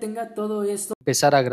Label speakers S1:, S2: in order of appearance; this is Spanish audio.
S1: tenga todo esto empezar a grabar.